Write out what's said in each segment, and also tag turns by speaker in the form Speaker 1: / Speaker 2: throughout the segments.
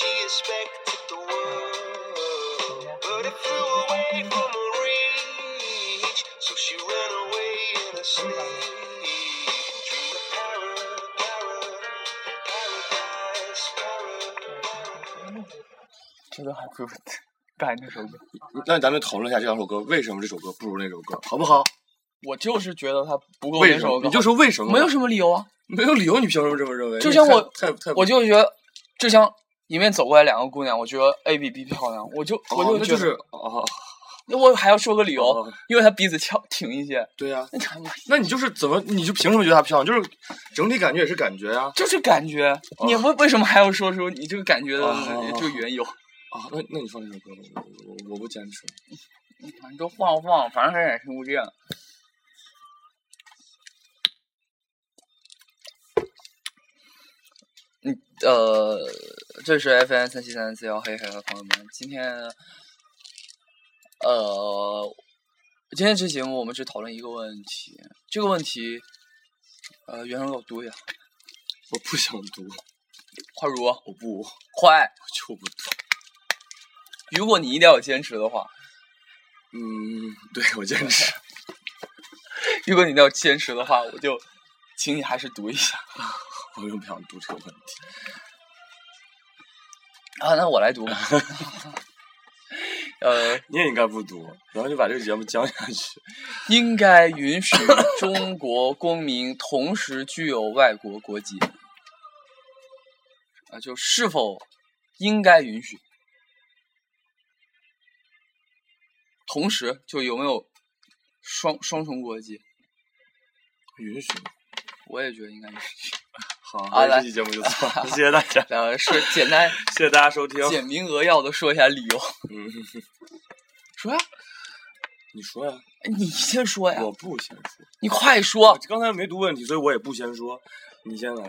Speaker 1: respected the world, but it flew away from her reach. So she ran away in her sleep. Dreamed of para, para, paradise, para, para.
Speaker 2: 这个还不如干那首歌。
Speaker 3: 那咱们讨论一下这两首歌，为什么这首歌不如那首歌，好不好？
Speaker 2: 我就是觉得它不够
Speaker 3: 为
Speaker 2: 那
Speaker 3: 什
Speaker 2: 首
Speaker 3: 么？
Speaker 2: 歌好，
Speaker 3: 你就说为什么？
Speaker 2: 没有什么理由啊。
Speaker 3: 没有理由，你凭什么这么认为？
Speaker 2: 就像
Speaker 3: 你太
Speaker 2: 我
Speaker 3: 太太，
Speaker 2: 呃我就觉得，就像迎面走过来两个姑娘，我觉得 A 比 B 漂亮，我就、
Speaker 3: 哦
Speaker 2: 我就
Speaker 3: 那
Speaker 2: 觉得，
Speaker 3: 是哦，
Speaker 2: 那我还要说个理由，
Speaker 3: 哦
Speaker 2: 因为她鼻子翘挺一些，
Speaker 3: 对呀、
Speaker 2: 那他妈
Speaker 3: 那你就是怎么，你就凭什么觉得她漂亮？就是整体感觉也是感觉呀、啊。
Speaker 2: 就是感觉，你为为什么还要说出你这个感觉的、
Speaker 3: 哦
Speaker 2: 这个缘由？
Speaker 3: 啊，那那你放这首歌，我我我不坚持。
Speaker 2: 你就放放，反正他也听不见。嗯，呃，这是 FM 三七三四幺黑黑的朋友们，今天，呃，今天这节目我们只讨论一个问题，这个问题，呃，袁成给我读一下，
Speaker 3: 我不想读，
Speaker 2: 快如，啊
Speaker 3: 我不，我
Speaker 2: 快！
Speaker 3: 就不读。
Speaker 2: 如果你一定要有坚持的话，
Speaker 3: 嗯，对我坚持。
Speaker 2: 如果你一定要坚持的话，我就，请你还是读一下。
Speaker 3: 我又不想读这个问题。
Speaker 2: 啊，那我来读吧。呃，
Speaker 3: 你也应该不读，然后就把这个节目讲下去。
Speaker 2: 应该允许中国公民同时具有外国国籍。啊，就是否应该允许？同时，就有没有双双重国籍？
Speaker 3: 允许。
Speaker 2: 我也觉得应该允许。
Speaker 3: 好，
Speaker 2: 好
Speaker 3: 那
Speaker 2: 来
Speaker 3: 这期节目就到这儿，谢谢大家，
Speaker 2: 呃，说简单
Speaker 3: 谢谢大家收听。
Speaker 2: 简明扼要的说一下理由。
Speaker 3: 嗯，
Speaker 2: 说呀，哎
Speaker 3: 你说呀，
Speaker 2: 你先说呀，
Speaker 3: 我不先说。
Speaker 2: 你快说
Speaker 3: 我。刚才没读问题，所以我也不先说。你先来，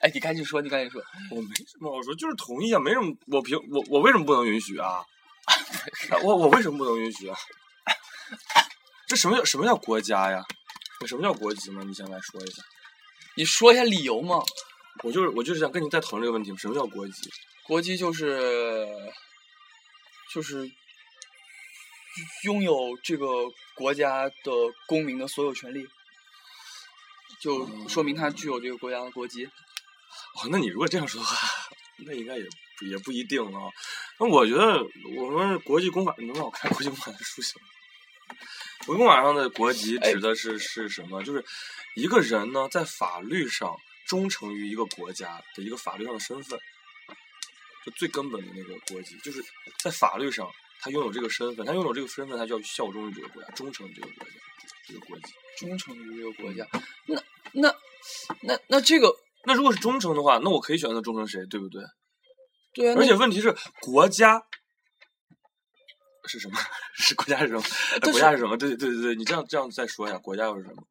Speaker 2: 哎，你赶紧说，你赶紧说。
Speaker 3: 我没什么好说，就是同意啊，没什么。我凭我我为什么不能允许啊？啊我我为什么不能允许啊？这什么叫什么叫国家呀？什么叫国籍呢？你先来说一下。
Speaker 2: 你说一下理由嘛。
Speaker 3: 我就是我就是想跟你再讨论这个问题，什么叫国籍？
Speaker 2: 国籍就是就是拥有这个国家的公民的所有权利，就说明他具有这个国家的国籍。
Speaker 3: 哦，那你如果这样说的话，那应该也不也不一定了啊。那我觉得我们国际公法，你能让我看国际公法的书行吗？国际公法上的国籍指的是、是什么？就是一个人呢，在法律上忠诚于一个国家的一个法律上的身份，就最根本的那个国籍，就是在法律上他拥有这个身份，他拥有这个身份，他就要效忠于这个国家，忠诚于这个国家，这个国籍。
Speaker 2: 忠诚于这个国家，那那那那这个
Speaker 3: 那如果是忠诚的话，那我可以选择忠诚谁，对不对？
Speaker 2: 对啊，
Speaker 3: 而
Speaker 2: 那
Speaker 3: 且问题是，国家是什么？是国家是什么？呃
Speaker 2: 但
Speaker 3: 国
Speaker 2: 是
Speaker 3: 家是什么？对对对对，你这样这样再说一下，国家又是什么？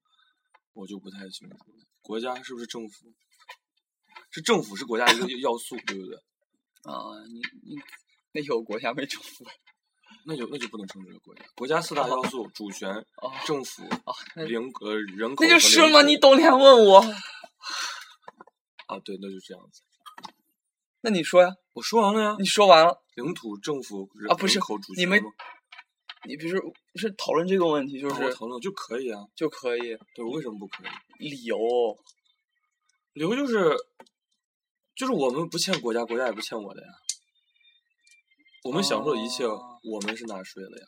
Speaker 3: 我就不太清楚了。国家是不是政府？是政府是国家的一个要素，对不对？
Speaker 2: 啊，你你那有国家没政府
Speaker 3: 那就那就不能称之为国家。国家四大要素：主权、
Speaker 2: 哦
Speaker 3: 政府、
Speaker 2: 啊，那
Speaker 3: 领呃人口和领土。
Speaker 2: 那就是嘛，你懂你还问我？
Speaker 3: 啊？对，那就这样子。
Speaker 2: 那你说呀，
Speaker 3: 我说完了呀
Speaker 2: 你。说完了，
Speaker 3: 领土、政府、人
Speaker 2: 啊不是
Speaker 3: 人口主
Speaker 2: 你
Speaker 3: 权
Speaker 2: 们
Speaker 3: 吗
Speaker 2: 你不是是讨论这个问题，就
Speaker 3: 啊我
Speaker 2: 是
Speaker 3: 讨论就可以啊。
Speaker 2: 就可以
Speaker 3: 对，为什么不可以？
Speaker 2: 理由。
Speaker 3: 理由就是，就是我们不欠国家，国家也不欠我的呀。我们享受的一切，
Speaker 2: 哦
Speaker 3: 我们是纳税的呀。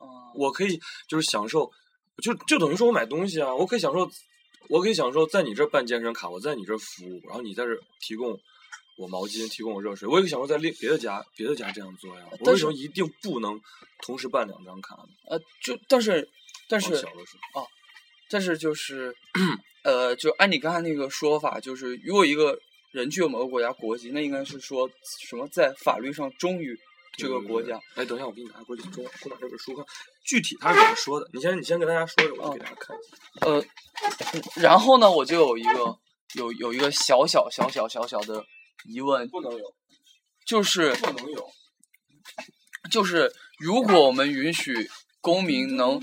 Speaker 2: 啊
Speaker 3: 我可以就是享受，就就等于说我买东西啊，我可以享受，我可以享受在你这儿办健身卡，我在你这儿服务，然后你在这儿提供我毛巾，提供我热水，我也可以享受在另别的家别的家这样做呀。我
Speaker 2: 但
Speaker 3: 为
Speaker 2: 是
Speaker 3: 什么一定不能同时办两张卡呢？
Speaker 2: 呃，就但是但
Speaker 3: 我
Speaker 2: 是
Speaker 3: 小的时候，
Speaker 2: 但是就是， 呃，就按你刚才那个说法，就是如果一个人具有某个国家国籍，那应该是说什么在法律上忠于这个
Speaker 3: 对
Speaker 2: 国。家
Speaker 3: 对。对哎，等一下，我给你拿过去，中中把这本书看，具体他是怎么说的？你先你先给大家说着，
Speaker 2: 哦
Speaker 3: 我就给大家看一下。
Speaker 2: 呃，然后呢，我就有一个有有一个小小小小小小的疑问，
Speaker 3: 不能有，
Speaker 2: 就是
Speaker 3: 不能有。
Speaker 2: 就是如果我们允许公民能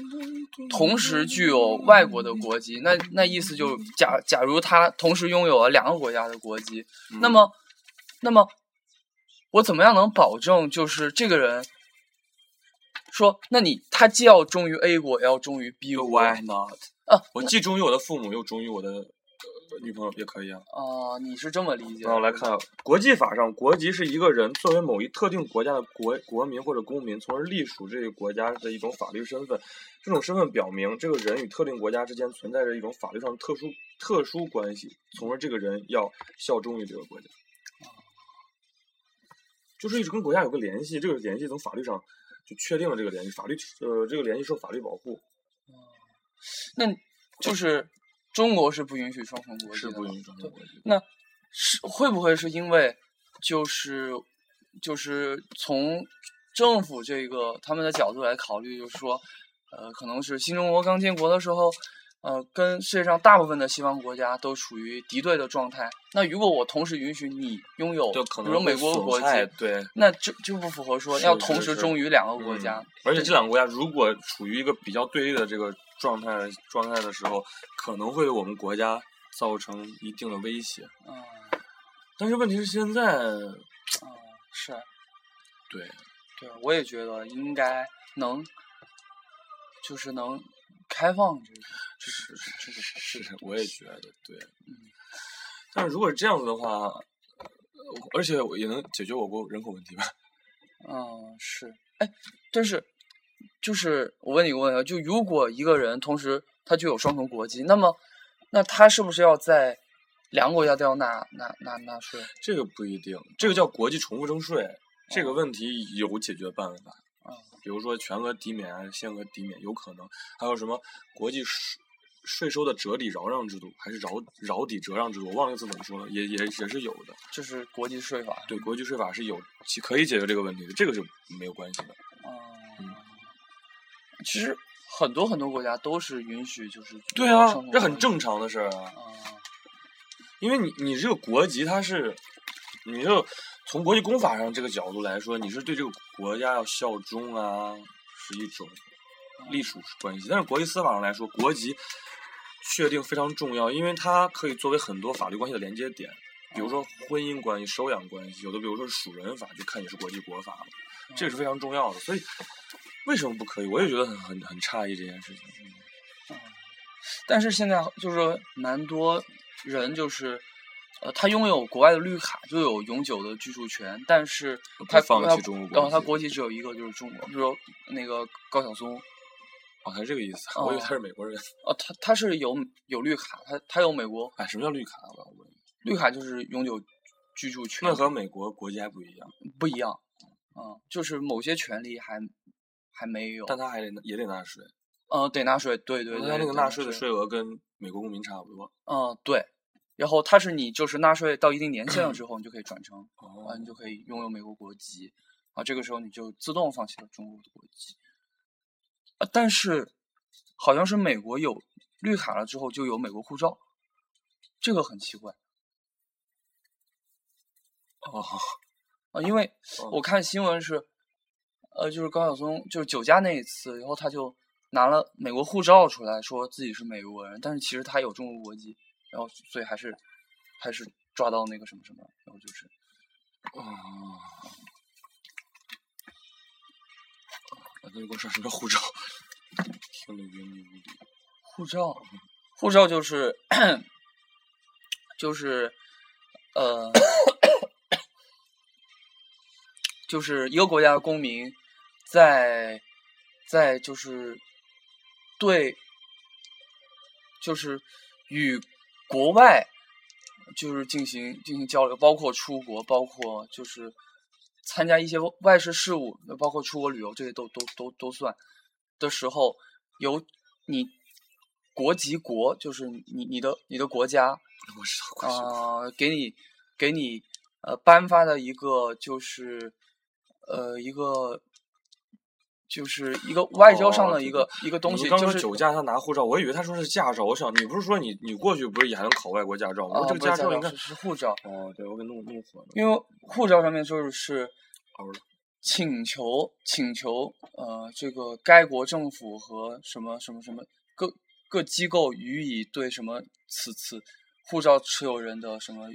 Speaker 2: 同时具有外国的国籍，那
Speaker 3: 嗯
Speaker 2: 那意思就假假如他同时拥有了两个国家的国籍，那么那么，我怎么样能保证就是这个人说，那你他既要忠于 A 国，也要忠于 B 国
Speaker 3: Why not？
Speaker 2: 啊
Speaker 3: 我既忠于我的父母，又忠于我的、呃女朋友，也可以啊。
Speaker 2: 啊、你是这么理解？
Speaker 3: 那我来看，国际法上，国籍是一个人作为某一特定国家的国国民或者公民，从而隶属这个国家的一种法律身份。这种身份表明这个人与特定国家之间存在着一种法律上的特殊特殊关系，从而这个人要效忠于这个国家。就是一直跟国家有个联系，这个联系从法律上就确定了这个联系，法律呃这个联系受法律保护，
Speaker 2: 那就是中国是不允许双重国籍
Speaker 3: 是
Speaker 2: 的
Speaker 3: 不
Speaker 2: 吗
Speaker 3: 允许转变国籍的。
Speaker 2: 那是会不会是因为就是就是从政府这个他们的角度来考虑，就是说，呃，可能是新中国刚建国的时候，呃，跟世界上大部分的西方国家都处于敌对的状态。那如果我同时允许你拥有，
Speaker 3: 就可
Speaker 2: 比
Speaker 3: 能
Speaker 2: 如美
Speaker 3: 会
Speaker 2: 国
Speaker 3: 损
Speaker 2: 国籍，
Speaker 3: 害对，
Speaker 2: 那就就不符合说
Speaker 3: 是
Speaker 2: 要
Speaker 3: 是
Speaker 2: 同
Speaker 3: 是
Speaker 2: 时忠于两个国
Speaker 3: 嗯
Speaker 2: 家。
Speaker 3: 而且这两个国家如果处于一个比较对立的这个状态状态的时候，可能会对我们国家造成一定的威胁。
Speaker 2: 嗯
Speaker 3: 但是问题是现在，
Speaker 2: 嗯，是
Speaker 3: 对，
Speaker 2: 对，我也觉得应该能，就是能开放这个。
Speaker 3: 是是是是，我也觉得对。
Speaker 2: 嗯
Speaker 3: 但是如果是这样子的话，呃而且我也能解决我国人口问题吧？
Speaker 2: 嗯，是，哎，但是就是我问你一个问题啊，就如果一个人同时他具有双重国籍，那么那他是不是要在两个国家都要纳纳纳纳税？
Speaker 3: 这个不一定，这个叫国际重复征税，这个问题有解决办法
Speaker 2: 哦，
Speaker 3: 比如说全额抵免啊、限额抵免有可能，还有什么国际税税收的折抵饶让制度，还是饶饶抵折让制度，我忘了这次怎么说了，也也也是有的。
Speaker 2: 这是国际税法。
Speaker 3: 对，国际税法是有其可以解决这个问题的，这个是没有关系的。
Speaker 2: 嗯，其实很多很多国家都是允许，就是
Speaker 3: 对啊
Speaker 2: 双重，
Speaker 3: 这很
Speaker 2: 国籍。
Speaker 3: 正常的事儿啊，
Speaker 2: 嗯
Speaker 3: 因为你你这个国籍它是，你就从国际公法上这个角度来说，你是对这个国家要效忠啊，是一种隶属关系。但是国际司法上来说，国籍确定非常重要，因为它可以作为很多法律关系的连接点，比如说婚姻关系、收养关系，有的比如说是属人法，就看你是国际国法了，这个是非常重要的。所以为什么不可以？我也觉得很很很诧异这件事情。
Speaker 2: 但是现在就是说蛮多人就是，呃，他拥有国外的绿卡，就有永久的居住权，但是
Speaker 3: 呃不
Speaker 2: 他
Speaker 3: 放
Speaker 2: 他
Speaker 3: 弃中国
Speaker 2: 然后他
Speaker 3: 国
Speaker 2: 国籍只有一个，就是中国，比如那个高晓松，
Speaker 3: 哦，他是这个意思，我以为
Speaker 2: 哦
Speaker 3: 他是美国人。
Speaker 2: 哦，他他是有有绿卡，他他有美国
Speaker 3: 哎，什么叫绿卡吧？我
Speaker 2: 绿卡，就是永久居住权，
Speaker 3: 那和美国国籍还不一样，
Speaker 2: 不一样，嗯，就是某些权利还还没有，
Speaker 3: 但他还得拿也得纳税，
Speaker 2: 呃，得纳税，对对
Speaker 3: 那
Speaker 2: 对，
Speaker 3: 他那
Speaker 2: 得
Speaker 3: 个纳税的税额跟美国公民差不多。
Speaker 2: 嗯，对。然后它是你就是纳税到一定年限了之后，你就可以转成，啊，
Speaker 3: 哦
Speaker 2: 你就可以拥有美国国籍，啊，这个时候你就自动放弃了中国的国籍。啊，但是好像是美国有绿卡了之后就有美国护照，这个很奇怪
Speaker 3: 哦，
Speaker 2: 啊，因为
Speaker 3: 哦
Speaker 2: 我看新闻是，呃，就是高晓松就是酒驾那一次，然后他就拿了美国护照出来说自己是美国人，但是其实他有中国国籍，然后所以还是还是抓到那个什么什么，然后就是
Speaker 3: 哦，那就给我说什么叫护照， 听得云里雾里。
Speaker 2: 护照，护照就是 就是呃就是一个国家的公民在在就是对就是与国外就是进行进行交流，包括出国，包括就是参加一些外外事事务，包括出国旅游，这些都都都都算的时候，由你国籍国，就是你你的你的国家
Speaker 3: 我知道国籍不
Speaker 2: 啊、呃给你给你呃颁发的一个就是呃一个。就是一个外交上
Speaker 3: 哦
Speaker 2: 的
Speaker 3: 这
Speaker 2: 一个、
Speaker 3: 个
Speaker 2: 一个东
Speaker 3: 你
Speaker 2: 西，
Speaker 3: 刚
Speaker 2: 就
Speaker 3: 说
Speaker 2: 是
Speaker 3: 酒驾，他拿护照，我以为他说是驾照。我想，你不是说你你过去不是也还能考外国驾照吗？
Speaker 2: 啊，
Speaker 3: 我说这
Speaker 2: 不
Speaker 3: 个驾
Speaker 2: 是
Speaker 3: 照应该
Speaker 2: 是是护照，
Speaker 3: 哦，对我给弄弄混了。
Speaker 2: 因为护照上面就是
Speaker 3: 哦
Speaker 2: 请求请求呃这个该国政府和什么什么什么各各机构予以对什么此次护照持有人的什么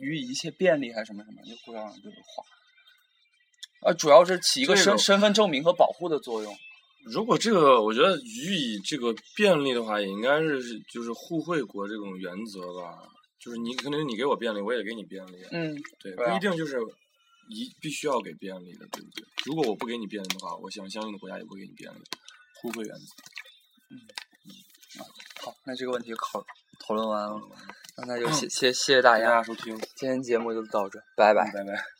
Speaker 2: 予以一切便利还是什么什么，就互相这个划。啊，主要是起一个
Speaker 3: 这
Speaker 2: 身
Speaker 3: 种
Speaker 2: 身份证明和保护的作用。
Speaker 3: 如果这个，我觉得予以这个便利的话，也应该是就是互惠国这种原则吧。就是你肯定你给我便利，我也给你便利，
Speaker 2: 嗯，
Speaker 3: 对，
Speaker 2: 对啊
Speaker 3: 不一定就是一必须要给便利的，对不对？如果我不给你便利的话，我想相应的国家也不会给你便利的，互惠原则。
Speaker 2: 好，那这个问题考讨论完了，那就谢谢谢谢大
Speaker 3: 大
Speaker 2: 家，
Speaker 3: 家收听，
Speaker 2: 今天节目就到这儿，拜拜。
Speaker 3: 拜拜。